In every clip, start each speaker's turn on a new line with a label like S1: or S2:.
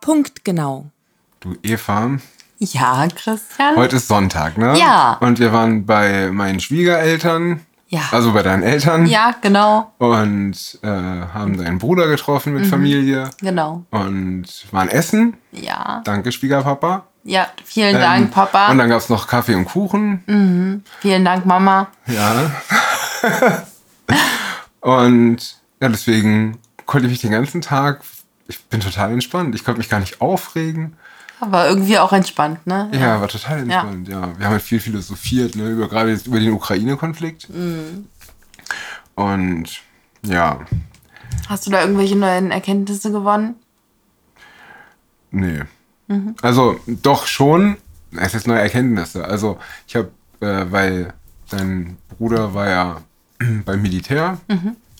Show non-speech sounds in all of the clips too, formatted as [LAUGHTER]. S1: Punktgenau.
S2: Du Eva,
S3: Ja, Christian.
S2: heute ist Sonntag, ne?
S3: Ja.
S2: Und wir waren bei meinen Schwiegereltern.
S3: Ja.
S2: Also bei deinen Eltern.
S3: ja, genau,
S2: Und äh, haben deinen Bruder getroffen
S3: Mhm.
S2: mit Familie.
S3: genau.
S2: Und waren essen.
S3: Ja,
S2: Danke, Schwiegerpapa.
S3: ja. Vielen
S2: Ähm,
S3: Dank, Papa. Mhm.
S2: Und dann gab es noch Kaffee und Kuchen.
S3: vielen Dank, Mama.
S2: Ja. [LAUGHS] und ja, deswegen konnte ich mich den ganzen Tag, ich bin total entspannt. Ich konnte mich gar nicht aufregen.
S3: Aber irgendwie auch entspannt, ne?
S2: Ja, war total entspannt, ja. Wir haben halt viel philosophiert, ne, über gerade jetzt über den Ukraine-Konflikt. Mhm. Und ja,
S3: Hast du da irgendwelche neuen Erkenntnisse gewonnen?
S2: nee.
S3: Mhm.
S2: Also doch schon, es ist neue Erkenntnisse. Also ich habe, äh, weil dein Bruder war ja [CLEARS THROAT] beim Militär,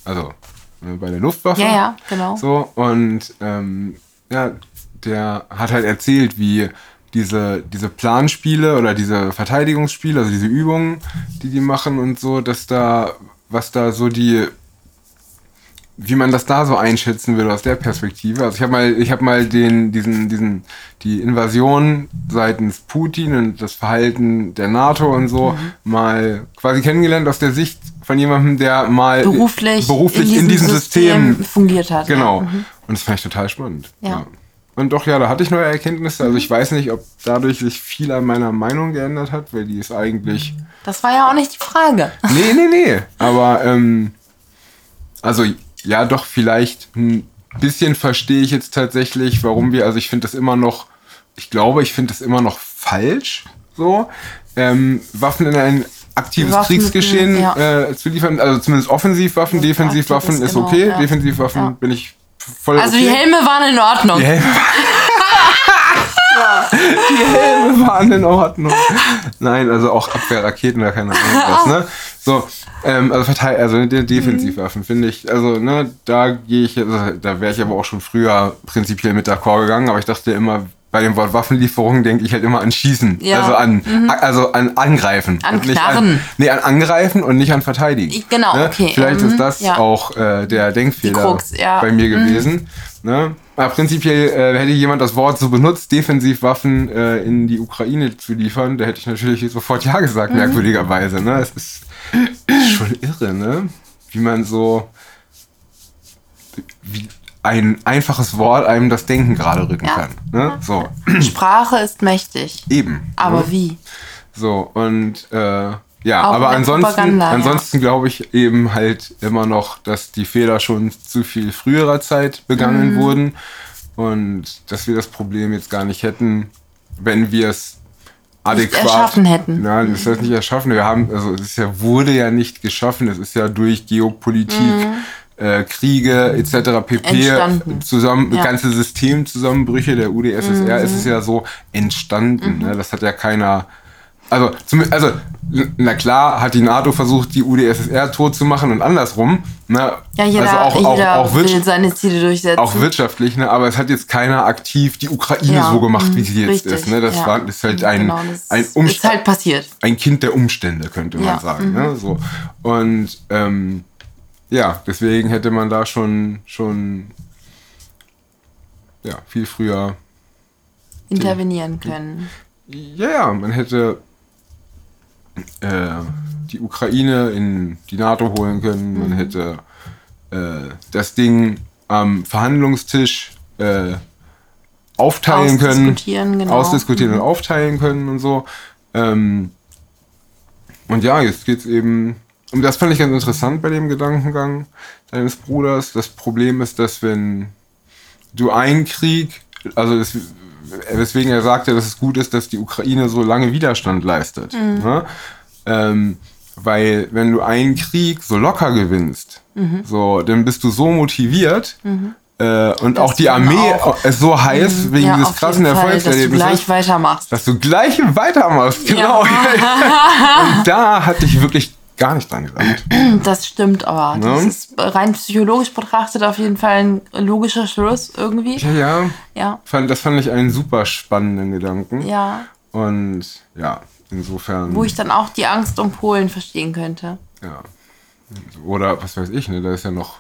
S2: also ne, bei der Luftwaffe.
S3: Mhm. Ja, ja, genau.
S2: So, und ähm, ja, der hat halt erzählt, wie diese, diese Planspiele oder diese Verteidigungsspiele, also diese Übungen, die die machen und so, dass da, was da so die, wie man das da so einschätzen würde aus der Perspektive. Also ich habe mal, ich habe mal den, diesen, diesen, die Invasion seitens Putin und das Verhalten der NATO und so mal quasi kennengelernt aus der Sicht von jemandem, der mal
S3: Beruflich,
S2: Äh, beruflich in, diesem System,
S3: fungiert hat. ne?
S2: Genau. Und das fand ich total spannend.
S3: Ja.
S2: Und doch, ja, da hatte ich neue Erkenntnisse. Also ich weiß nicht, ob dadurch sich viel an meiner Meinung geändert hat, weil die ist eigentlich.
S3: Das war ja auch nicht die Frage.
S2: Nee, nee, nee. Aber ähm, also ja, doch, vielleicht ein bisschen verstehe ich jetzt tatsächlich, warum wir, also ich finde das immer noch, ich glaube, ich finde das immer noch falsch, so, ähm, Waffen in ein aktives
S3: Waffen,
S2: Kriegsgeschehen
S3: ja.
S2: äh, zu liefern, also zumindest Offensivwaffen,
S3: Ja,
S2: Defensivwaffen
S3: aktives,
S2: ist okay,
S3: genau, ja.
S2: Defensivwaffen
S3: Ja.
S2: bin ich voll
S3: Also
S2: okay.
S3: die Helme waren in Ordnung.
S2: Die Helme, die Helme waren in Ordnung. Nein, also auch Abwehrraketen oder keine Ahnung was, ne? So, ähm, also verteil, also die Defensivwaffen finde ich, also ne, da gehe ich, also, da wäre ich aber auch schon früher prinzipiell mit d'accord gegangen, aber ich dachte immer, bei dem Wort Waffenlieferung denke ich halt immer an Schießen,
S3: Ja. Mhm.
S2: also an, also an Angreifen,
S3: An
S2: und nicht an,
S3: Knarren.
S2: nee, an Angreifen und nicht an Verteidigen. Ne?
S3: Ich- genau, okay,
S2: Vielleicht
S3: mhm,
S2: ist das
S3: ja.
S2: auch äh, der Denkfehler
S3: Krux, ja. Mhm.
S2: bei mir gewesen. Ne? Aber prinzipiell äh, hätte jemand das Wort so benutzt, Defensivwaffen äh, in die Ukraine zu liefern, da hätte ich natürlich sofort Ja gesagt,
S3: Mhm.
S2: merkwürdigerweise. Ne? Es ist schon irre, ne? wie man so wie ein einfaches Wort einem das Denken gerade rücken
S3: Ja.
S2: kann. Ne? So,
S3: Sprache ist mächtig.
S2: eben.
S3: Aber
S2: ne?
S3: wie?
S2: So, und äh, ja,
S3: Auch
S2: aber
S3: mit
S2: ansonsten,
S3: Propaganda, ja.
S2: ansonsten glaube ich eben halt immer noch, dass die Fehler schon zu viel früherer Zeit begangen
S3: Mhm.
S2: wurden und dass wir das Problem jetzt gar nicht hätten, wenn wir es adäquat
S3: erschaffen hätten.
S2: Nein, es ist nicht erschaffen. Wir haben, also es ist ja, wurde ja nicht geschaffen. Es ist ja durch Geopolitik, äh, Kriege etc. pp.
S3: Mhm. Entstanden.
S2: zusammen,
S3: Ja. Mhm.
S2: ganze Systemzusammenbrüche der UdSSR ist es ja so entstanden. Ne? Das hat ja keiner. Also, zum, also, na klar, hat die NATO versucht, die UdSSR tot zu machen und andersrum. Ne?
S3: Ja, jeder,
S2: also auch, auch,
S3: jeder
S2: auch,
S3: will
S2: wirtschaft-
S3: seine Ziele durchsetzen.
S2: auch wirtschaftlich, ne? aber es hat jetzt keiner aktiv die Ukraine
S3: Ja,
S2: so gemacht, wie
S3: mhm,
S2: sie jetzt
S3: richtig,
S2: ist. Ne? Das
S3: ja.
S2: war, ist halt ein,
S3: genau, das
S2: ein
S3: ist halt passiert.
S2: ein Kind der Umstände, könnte man
S3: Ja,
S2: sagen. Ne? So. Und ähm, ja, deswegen hätte man da schon, schon ja, viel früher.
S3: Intervenieren können.
S2: Ja, ja, man hätte äh, die Ukraine in die NATO holen können,
S3: Mhm.
S2: man hätte äh, das Ding am Verhandlungstisch äh, aufteilen können.
S3: Ausdiskutieren, genau.
S2: ausdiskutieren und aufteilen können und so. Ähm, und ja, jetzt geht's eben. Und das fand ich ganz interessant bei dem Gedankengang deines Bruders. Das Problem ist, dass wenn du einen Krieg, also das, weswegen er sagte, dass es gut ist, dass die Ukraine so lange Widerstand leistet.
S3: Mhm.
S2: Ne? Ähm, weil wenn du einen Krieg so locker gewinnst,
S3: Mhm.
S2: so, dann bist du so motiviert äh, und auch die
S3: du dann
S2: Armee
S3: auch- Mhm.
S2: ist so heiß wegen
S3: ja,
S2: dieses
S3: auf
S2: krassen
S3: jeden Fall, dass du
S2: Erfolgserlebnisses
S3: gleich weitermachst.
S2: dass du gleich
S3: [LAUGHS]
S2: weitermachst. Genau. Und da hatte ich wirklich gar nicht dran gedacht.
S3: [LAUGHS] Das stimmt aber. Das
S2: Ne?
S3: ist rein psychologisch betrachtet auf jeden Fall ein logischer Schluss irgendwie.
S2: Ja, ja.
S3: Ja,
S2: Fand, das fand ich einen super spannenden Gedanken.
S3: ja.
S2: Und ja, insofern.
S3: Wo ich dann auch die Angst um Polen verstehen könnte.
S2: ja. Oder was weiß ich, ne? Da ist ja noch.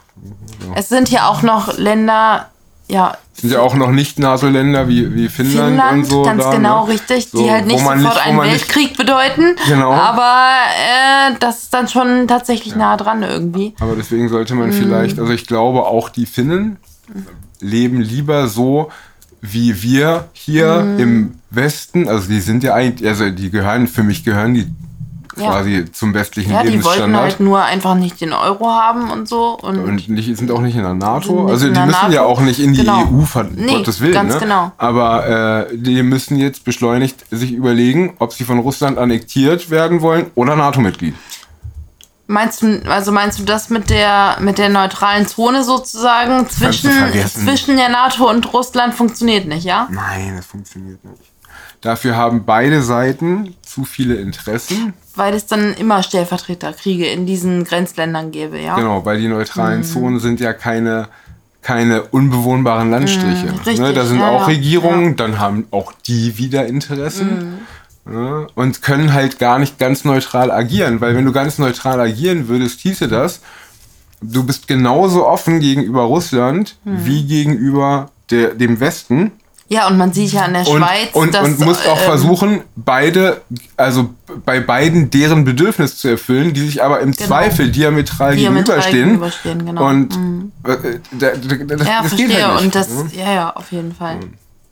S3: Es sind ja auch noch Länder ja,
S2: sind ja auch noch nicht NATO-Länder wie, wie Finnland,
S3: Finnland,
S2: und so.
S3: ganz
S2: da,
S3: genau
S2: ne?
S3: richtig,
S2: So,
S3: die halt nicht
S2: wo man
S3: sofort
S2: nicht- wo
S3: einen
S2: man nicht-
S3: Weltkrieg bedeuten,
S2: Genau.
S3: aber äh, das ist dann schon tatsächlich nah dran irgendwie.
S2: Aber deswegen sollte
S3: Mhm.
S2: man vielleicht, also ich glaube auch die Finnen leben lieber so wie wir hier
S3: Mhm.
S2: im Westen. Also die sind ja eigentlich, also die gehören, für mich gehören die
S3: Ja.
S2: quasi zum westlichen
S3: Ja, die wollten
S2: Lebensstandard.
S3: halt nur einfach nicht den Euro haben und so und,
S2: und nicht, sind auch nicht in der
S3: Sind
S2: NATO.
S3: nicht
S2: Also
S3: in
S2: die
S3: der
S2: müssen ja
S3: NATO.
S2: auch nicht in die
S3: Genau.
S2: EU, ver
S3: Nee,
S2: Gottes Willen.
S3: ganz
S2: ne?
S3: genau.
S2: Aber äh, die müssen jetzt beschleunigt sich überlegen, ob sie von Russland annektiert werden wollen oder NATO-Mitglied.
S3: meinst du also meinst du das mit der mit der neutralen Zone sozusagen zwischen
S2: vergessen.
S3: zwischen der NATO und Russland funktioniert nicht, ja?
S2: Nein, das funktioniert nicht. Dafür haben beide Seiten zu viele Interessen.
S3: Weil es dann immer Stellvertreterkriege in diesen Grenzländern gäbe, ja? Mhm.
S2: Genau, weil die neutralen Zonen sind ja keine, keine unbewohnbaren Landstriche.
S3: Mhm, richtig,
S2: ne? Da sind
S3: ja, ja,
S2: auch
S3: Mhm.
S2: Regierungen, dann haben auch die wieder Interessen. Ne? Und können halt gar nicht ganz neutral agieren, weil wenn du ganz neutral agieren würdest, hieße das, du bist genauso offen gegenüber Russland
S3: Mhm.
S2: wie gegenüber der, dem Westen.
S3: Ja, und man sieht ja in der
S2: und,
S3: Schweiz,
S2: und,
S3: dass
S2: und musst auch
S3: ähm,
S2: versuchen, beide, also bei beiden deren Bedürfnis zu erfüllen, die sich aber im Zweifel diametral,
S3: Genau. Diametral gegenüberstehen,
S2: gegenüberstehen.
S3: genau.
S2: Und äh, da, da, da, das,
S3: ja,
S2: das
S3: verstehe
S2: geht halt nicht.
S3: und das
S2: ne?
S3: ja ja auf jeden Fall.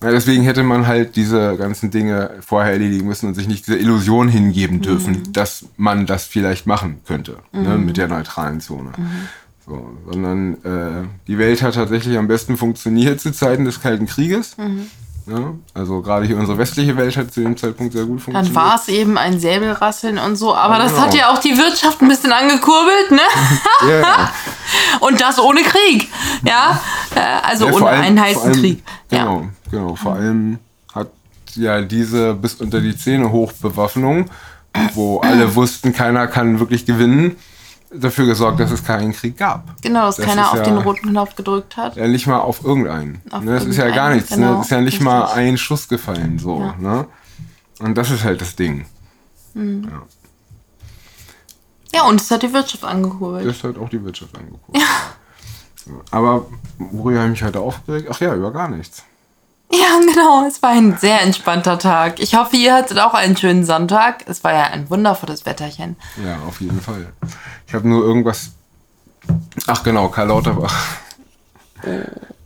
S2: ja, deswegen hätte man halt diese ganzen Dinge vorher erledigen müssen und sich nicht dieser Illusion hingeben dürfen, dass man das vielleicht machen könnte ne, mit der neutralen Zone. So, sondern äh, die Welt hat tatsächlich am besten funktioniert zu Zeiten des Kalten Krieges. Ne? Also gerade hier unsere westliche Welt hat zu dem Zeitpunkt sehr gut funktioniert.
S3: Dann war es eben ein Säbelrasseln und so, aber das
S2: genau.
S3: hat ja auch die Wirtschaft ein bisschen angekurbelt, ne?
S2: [LAUGHS] Ja, ja.
S3: Und das ohne Krieg, ja? Äh, Also
S2: Ja,
S3: ohne
S2: vor allem-
S3: einen
S2: vor
S3: heißen
S2: allem-
S3: Krieg. Ja.
S2: Genau, genau. Vor allem hat ja diese bis unter die Zähne Hochbewaffnung, wo alle wussten, keiner kann wirklich gewinnen, dafür gesorgt, dass es keinen Krieg gab.
S3: Genau, dass
S2: Das
S3: keiner
S2: ist
S3: auf
S2: ja-
S3: den roten Knopf gedrückt hat.
S2: Ja, nicht mal auf irgendeinen.
S3: Auf
S2: ne? Das ist ja gar
S3: irgendeinen,
S2: nichts.
S3: genau,
S2: ne? Es ist ja nicht mal
S3: richtig.
S2: ein Schuss gefallen. So,
S3: Ja.
S2: ne? Und das ist halt das Ding.
S3: Ja, und es hat die Wirtschaft angekurbelt.
S2: Das ist halt auch die Wirtschaft angeguckt. Aber worüber habe ich mich heute aufgeregt? Ach ja, über gar nichts.
S3: Ja, genau. Es war ein sehr entspannter Tag. Ich hoffe, ihr hattet auch einen schönen Sonntag. Es war ja ein wundervolles Wetterchen.
S2: Ja, auf jeden Fall. Ich habe nur irgendwas. Ach genau, Karl Lauterbach.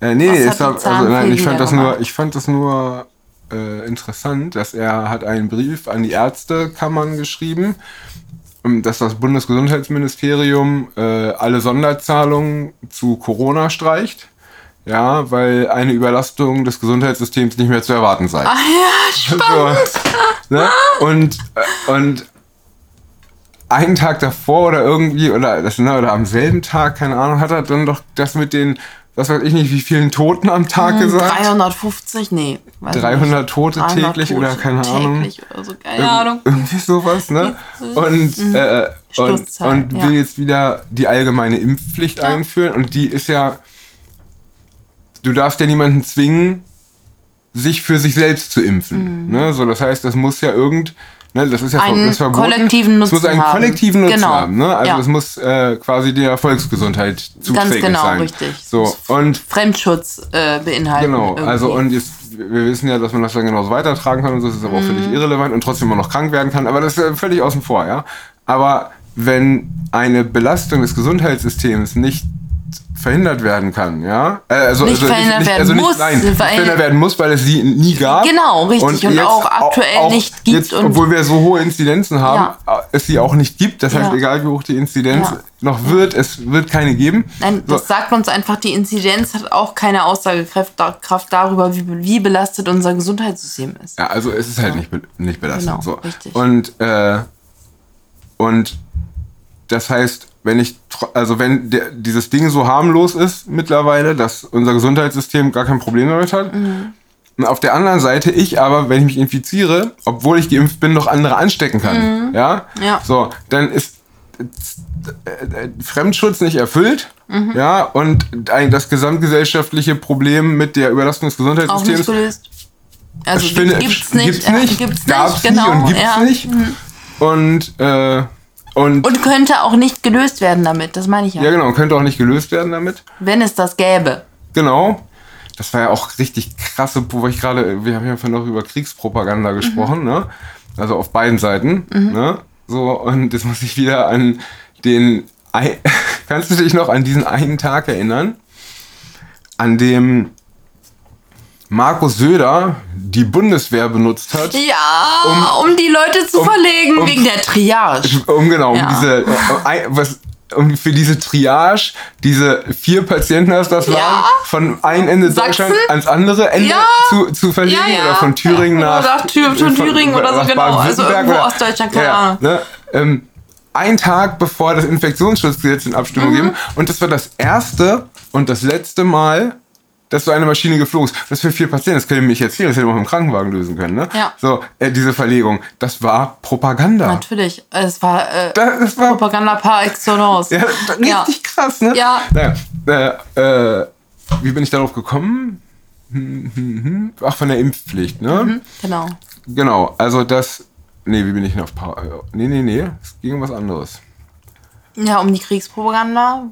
S2: Äh, nee,
S3: Oh. Was hat
S2: nee, es
S3: die
S2: war, also, nein,
S3: Zahnfee
S2: ich fand
S3: wieder
S2: das nur,
S3: gemacht?
S2: ich fand das nur äh, interessant, dass er hat einen Brief an die Ärztekammern geschrieben, ähm, dass das Bundesgesundheitsministerium äh, alle Sonderzahlungen zu Corona streicht. Ja, weil eine Überlastung des Gesundheitssystems nicht mehr zu erwarten sei.
S3: Ah ja, spannend.
S2: So, ne? Und, äh, und einen Tag davor oder irgendwie, oder, das, ne, oder am selben Tag, keine Ahnung, hat er dann doch das mit den, was weiß ich nicht, wie vielen Toten am Tag gesagt?
S3: 350, nee. weiß ich
S2: 300
S3: nicht.
S2: Tote täglich oder keine Ahnung.
S3: Täglich oder so, keine Ahnung. Mhm.
S2: Irgendwie sowas, ne? Und, äh, und,
S3: Stoßzeit,
S2: und
S3: ja.
S2: will jetzt wieder die allgemeine Impfpflicht einführen. Und die ist ja, du darfst ja niemanden zwingen, sich für sich selbst zu impfen. Ne? So, das heißt, das muss ja irgend, ne, das ist ja ver-
S3: Mhm. Einen
S2: das ist verboten.
S3: kollektiven
S2: Es muss
S3: Nutzen
S2: einen
S3: haben.
S2: kollektiven Nutzen
S3: Genau.
S2: haben. Ne? Also
S3: Ja.
S2: es muss äh, quasi der Volksgesundheit zuträglich
S3: genau,
S2: sein.
S3: richtig.
S2: So, und
S3: Fremdschutz äh, beinhalten.
S2: Genau,
S3: irgendwie.
S2: also und jetzt, wir wissen ja, dass man das dann genauso weitertragen kann und so, das ist aber auch
S3: Mhm.
S2: völlig irrelevant und trotzdem man noch krank werden kann, aber das ist ja völlig außen vor, ja. Aber wenn eine Belastung des Gesundheitssystems nicht verhindert werden kann, ja, äh, also,
S3: Nicht
S2: also
S3: verhindert werden
S2: also
S3: muss,
S2: nein, nicht
S3: weil-
S2: verhindert werden muss, weil es sie nie gab.
S3: Genau, richtig, und auch aktuell nicht gibt
S2: Jetzt,
S3: und-
S2: obwohl wir so hohe Inzidenzen haben, äh, es sie auch nicht gibt, das heißt,
S3: Ja.
S2: egal wie hoch die Inzidenz
S3: Ja.
S2: noch wird, es wird keine geben.
S3: Nein,
S2: So.
S3: das sagt uns einfach, die Inzidenz hat auch keine Aussagekraft da- Kraft darüber, wie, wie belastet unser Gesundheitssystem ist.
S2: Ja, also es ist halt nicht, be- nicht belastend.
S3: Genau,
S2: so.
S3: richtig.
S2: Und, äh, und das heißt, wenn ich, tro- also wenn der, dieses Ding so harmlos ist mittlerweile, dass unser Gesundheitssystem gar kein Problem damit hat,
S3: Mhm.
S2: und auf der anderen Seite ich aber, wenn ich mich infiziere, obwohl ich geimpft bin, noch andere anstecken kann, ja?
S3: Mhm. Ja.
S2: So, dann ist äh, äh, Fremdschutz nicht erfüllt,
S3: Mhm.
S2: ja, und ein, das gesamtgesellschaftliche Problem mit der Überlastung des
S3: Auch nicht
S2: Gesundheitssystems
S3: gelöst. Also
S2: ich finde,
S3: gibt's nicht.
S2: Gibt's
S3: äh,
S2: nicht.
S3: Gibt's nicht,
S2: gab's
S3: genau.
S2: nie und gibt's
S3: ja.
S2: nicht. Und, äh, und,
S3: Und könnte auch nicht gelöst werden damit, das meine ich ja.
S2: ja genau, könnte auch nicht gelöst werden damit.
S3: Wenn es das gäbe.
S2: Genau. das war ja auch richtig krasse, wo ich gerade, wir haben ja vorhin noch über
S3: Mhm.
S2: Kriegspropaganda gesprochen, ne? Also auf beiden Seiten, ne? So, und das muss ich wieder an den, ei- [LAUGHS] kannst du dich noch an diesen einen Tag erinnern? An dem Markus Söder die Bundeswehr benutzt hat,
S3: Ja, um, die Leute zu
S2: um-
S3: verlegen
S2: um-
S3: wegen der Triage.
S2: um genau, um
S3: Ja.
S2: diese, um, ein- was, um für diese Triage, diese vier Patienten, das das
S3: Ja.
S2: waren, von einem Ende
S3: Sachsen?
S2: Deutschlands ans andere Ende
S3: Ja.
S2: zu, zu verlegen
S3: Ja, ja.
S2: oder von Thüringen
S3: Oder
S2: nach,
S3: nach Thür- von Thüringen oder so,
S2: nach
S3: genau. Also
S2: Baden-Württemberg
S3: irgendwo
S2: oder-
S3: Ostdeutschland, keine Ahnung.
S2: Ne? Ähm, ein Tag bevor das Infektionsschutzgesetz in
S3: Mhm.
S2: Abstimmung ging. Und das war das erste und das letzte Mal, dass so eine Maschine geflogen ist. Das für vier Patienten, das könnt ihr mir nicht erzählen, das hätte man auch im Krankenwagen lösen können. Ne?
S3: Ja.
S2: So, äh, diese Verlegung, das war Propaganda.
S3: Natürlich, es war äh,
S2: Das, das war
S3: Propaganda par excellence.
S2: ja, richtig
S3: Ja.
S2: krass, ne?
S3: Ja.
S2: Naja, äh, äh, wie bin ich darauf gekommen? Hm, hm, hm. Ach, von der Impfpflicht, ne?
S3: Genau.
S2: Genau, also das. Nee, wie bin ich denn auf Pa- äh, Nee, nee, nee, es ging um was anderes.
S3: Ja, um die Kriegspropaganda,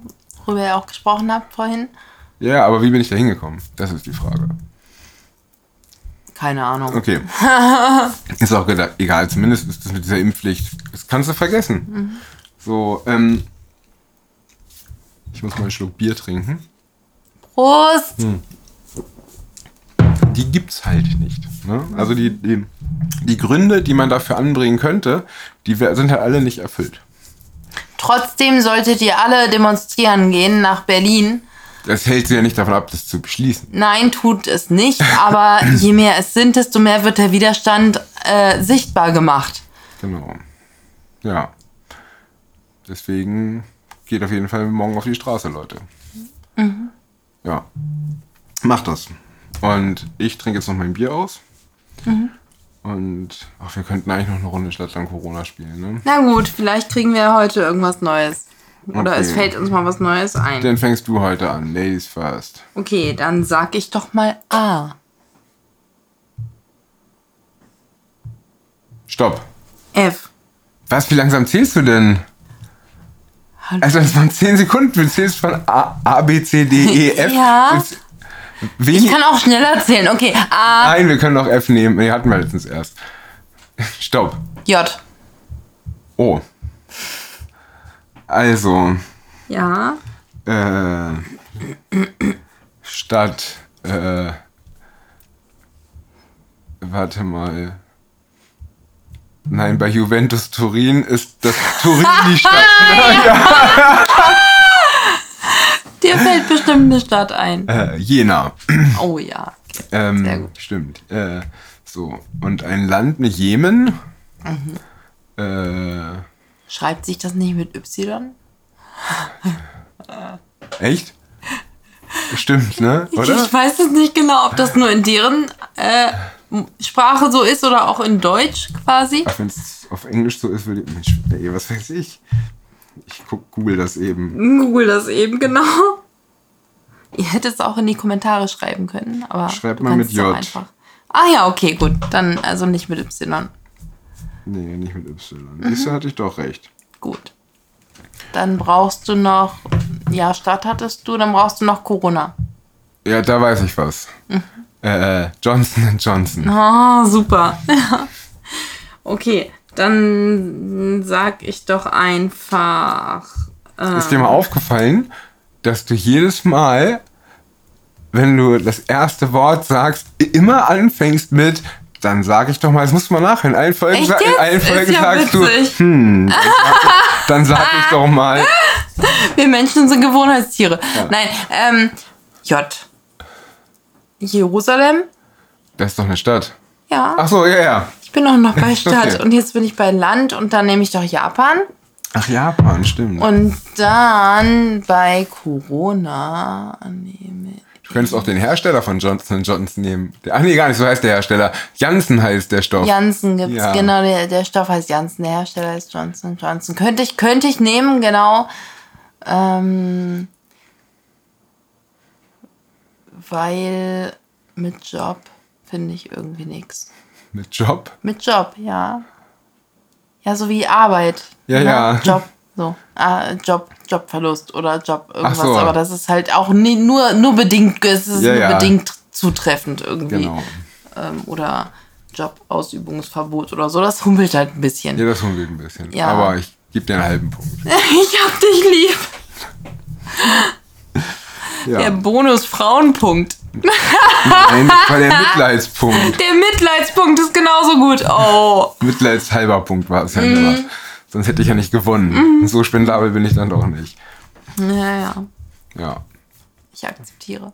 S3: worüber ihr auch gesprochen habt vorhin.
S2: Ja, aber wie bin ich da hingekommen? Das ist die Frage.
S3: Keine Ahnung. [LAUGHS]
S2: Okay. ist auch geda- egal, zumindest ist das mit dieser Impfpflicht. Das kannst du vergessen.
S3: Mhm.
S2: So, ähm. Ich muss mal einen Schluck Bier trinken.
S3: Prost!
S2: Hm. die gibt's halt nicht. Ne? Also die, die, die Gründe, die man dafür anbringen könnte, die wär- sind halt alle nicht erfüllt.
S3: Trotzdem solltet ihr alle demonstrieren gehen nach Berlin.
S2: Das hält sie ja nicht davon ab, das zu beschließen.
S3: Nein, tut es nicht,
S2: [LAUGHS]
S3: aber je mehr es sind, desto mehr wird der Widerstand äh, sichtbar gemacht.
S2: Genau. Ja. Deswegen geht auf jeden Fall morgen auf die Straße, Leute. Ja. Macht das. Und ich trinke jetzt noch mein Bier aus. Und ach, wir könnten eigentlich noch eine Runde Stadtland Corona spielen, ne?
S3: Na gut, vielleicht kriegen wir heute irgendwas Neues. Oder es
S2: Okay.
S3: fällt uns mal was Neues ein.
S2: Dann fängst du heute an. Ladies first.
S3: Okay, dann sag ich doch mal A.
S2: Stopp.
S3: F.
S2: Was, wie langsam zählst du denn?
S3: Hallo.
S2: Also das waren 10 Sekunden, du zählst von A, A B, C, D, E, F.
S3: Ja.
S2: Jetzt- Wenig,
S3: Ich kann auch schneller zählen. Okay, A,
S2: Nein, wir können auch F nehmen. Nee, hatten wir letztens erst. Stopp.
S3: J.
S2: Oh. Also,
S3: Ja.
S2: äh, statt, äh, warte mal. Nein, bei Juventus Turin ist das Turin
S3: [LAUGHS]
S2: die Stadt.
S3: Dir fällt bestimmt eine Stadt ein.
S2: Äh, Jena.
S3: Oh ja. Okay.
S2: Ähm,
S3: Sehr gut.
S2: Stimmt. Äh, so, und ein Land mit Jemen.
S3: Mhm.
S2: Äh,
S3: Schreibt sich das nicht mit Y?
S2: echt? [LAUGHS] Stimmt, ne? Oder?
S3: Ich weiß es nicht genau, ob das nur in deren äh, Sprache so ist oder auch in Deutsch quasi.
S2: Ach, wenn es auf Englisch so ist, würde ich. Mensch, ey, was weiß ich? Ich guck, google das eben.
S3: Google das eben genau. Ihr hättet es auch in die Kommentare schreiben können, aber
S2: Schreibt
S3: du
S2: mal
S3: kannst
S2: mit
S3: es auch
S2: J.
S3: einfach. Ah ja, okay, gut. Dann also nicht mit Y.
S2: Nee, nicht mit
S3: Mhm.
S2: Y. Siehst du, hatte ich doch recht.
S3: Gut. Dann brauchst du noch, ja, Stadt hattest du, dann brauchst du noch Corona.
S2: Ja, da weiß ich was.
S3: Mhm.
S2: Äh, Johnson Johnson.
S3: Ah, super. [LAUGHS] okay, dann sag ich doch einfach. äh,
S2: Ist
S3: Ah.
S2: dir mal aufgefallen, dass du jedes Mal, wenn du das erste Wort sagst, i- immer anfängst mit, dann sag ich doch mal, das musst du mal nachhören. In allen Folgen,
S3: Echt
S2: sa- in
S3: jetzt?
S2: allen
S3: Ist
S2: Folgen
S3: ja
S2: sagst
S3: witzig. Ah.
S2: du, hm, dann sag- dann sag ich doch mal.
S3: Wir Menschen sind Gewohnheitstiere. Nein, ähm, J. Jerusalem?
S2: Das ist doch eine Stadt.
S3: Ja.
S2: Ach so, ja, ja.
S3: Ich bin auch noch bei Stadt
S2: [LAUGHS] Okay.
S3: und jetzt bin ich bei Land und dann nehme ich doch Japan
S2: Ach, Japan, stimmt.
S3: und dann bei Corona nehme
S2: Du könntest auch den Hersteller von Johnson Johnson nehmen. Der- Ach nee, gar nicht, so heißt der Hersteller. Janssen heißt der Stoff.
S3: Janssen gibt's,
S2: Ja.
S3: genau, der, der Stoff heißt Janssen, der Hersteller ist Johnson Johnson. Könnte ich, könnte ich nehmen, genau. Ähm, weil mit Job finde ich irgendwie nichts.
S2: Mit Job.
S3: Mit Job, ja. Ja, so wie Arbeit.
S2: Ja,
S3: ne?
S2: ja.
S3: Job. So, ah, Job, Jobverlust oder Job irgendwas,
S2: so.
S3: aber das ist halt auch nie, nur, nur bedingt, es ist
S2: Ja,
S3: nur
S2: ja.
S3: bedingt zutreffend irgendwie.
S2: Genau.
S3: Ähm, oder Jobausübungsverbot oder so, das humpelt halt ein bisschen.
S2: Ja, das humpelt ein bisschen.
S3: Ja.
S2: Aber ich gebe dir einen halben Punkt.
S3: [LAUGHS] Ich hab dich lieb.
S2: Ja.
S3: Der Bonus-Frauenpunkt.
S2: Ein, weil der Mitleidspunkt,
S3: Der Mitleidspunkt ist genauso gut. Oh.
S2: mitleidshalber Punkt war es ja immer. Sonst hätte ich ja nicht gewonnen. So spendabel bin ich dann doch nicht.
S3: Ja, ja.
S2: Ja.
S3: Ich akzeptiere.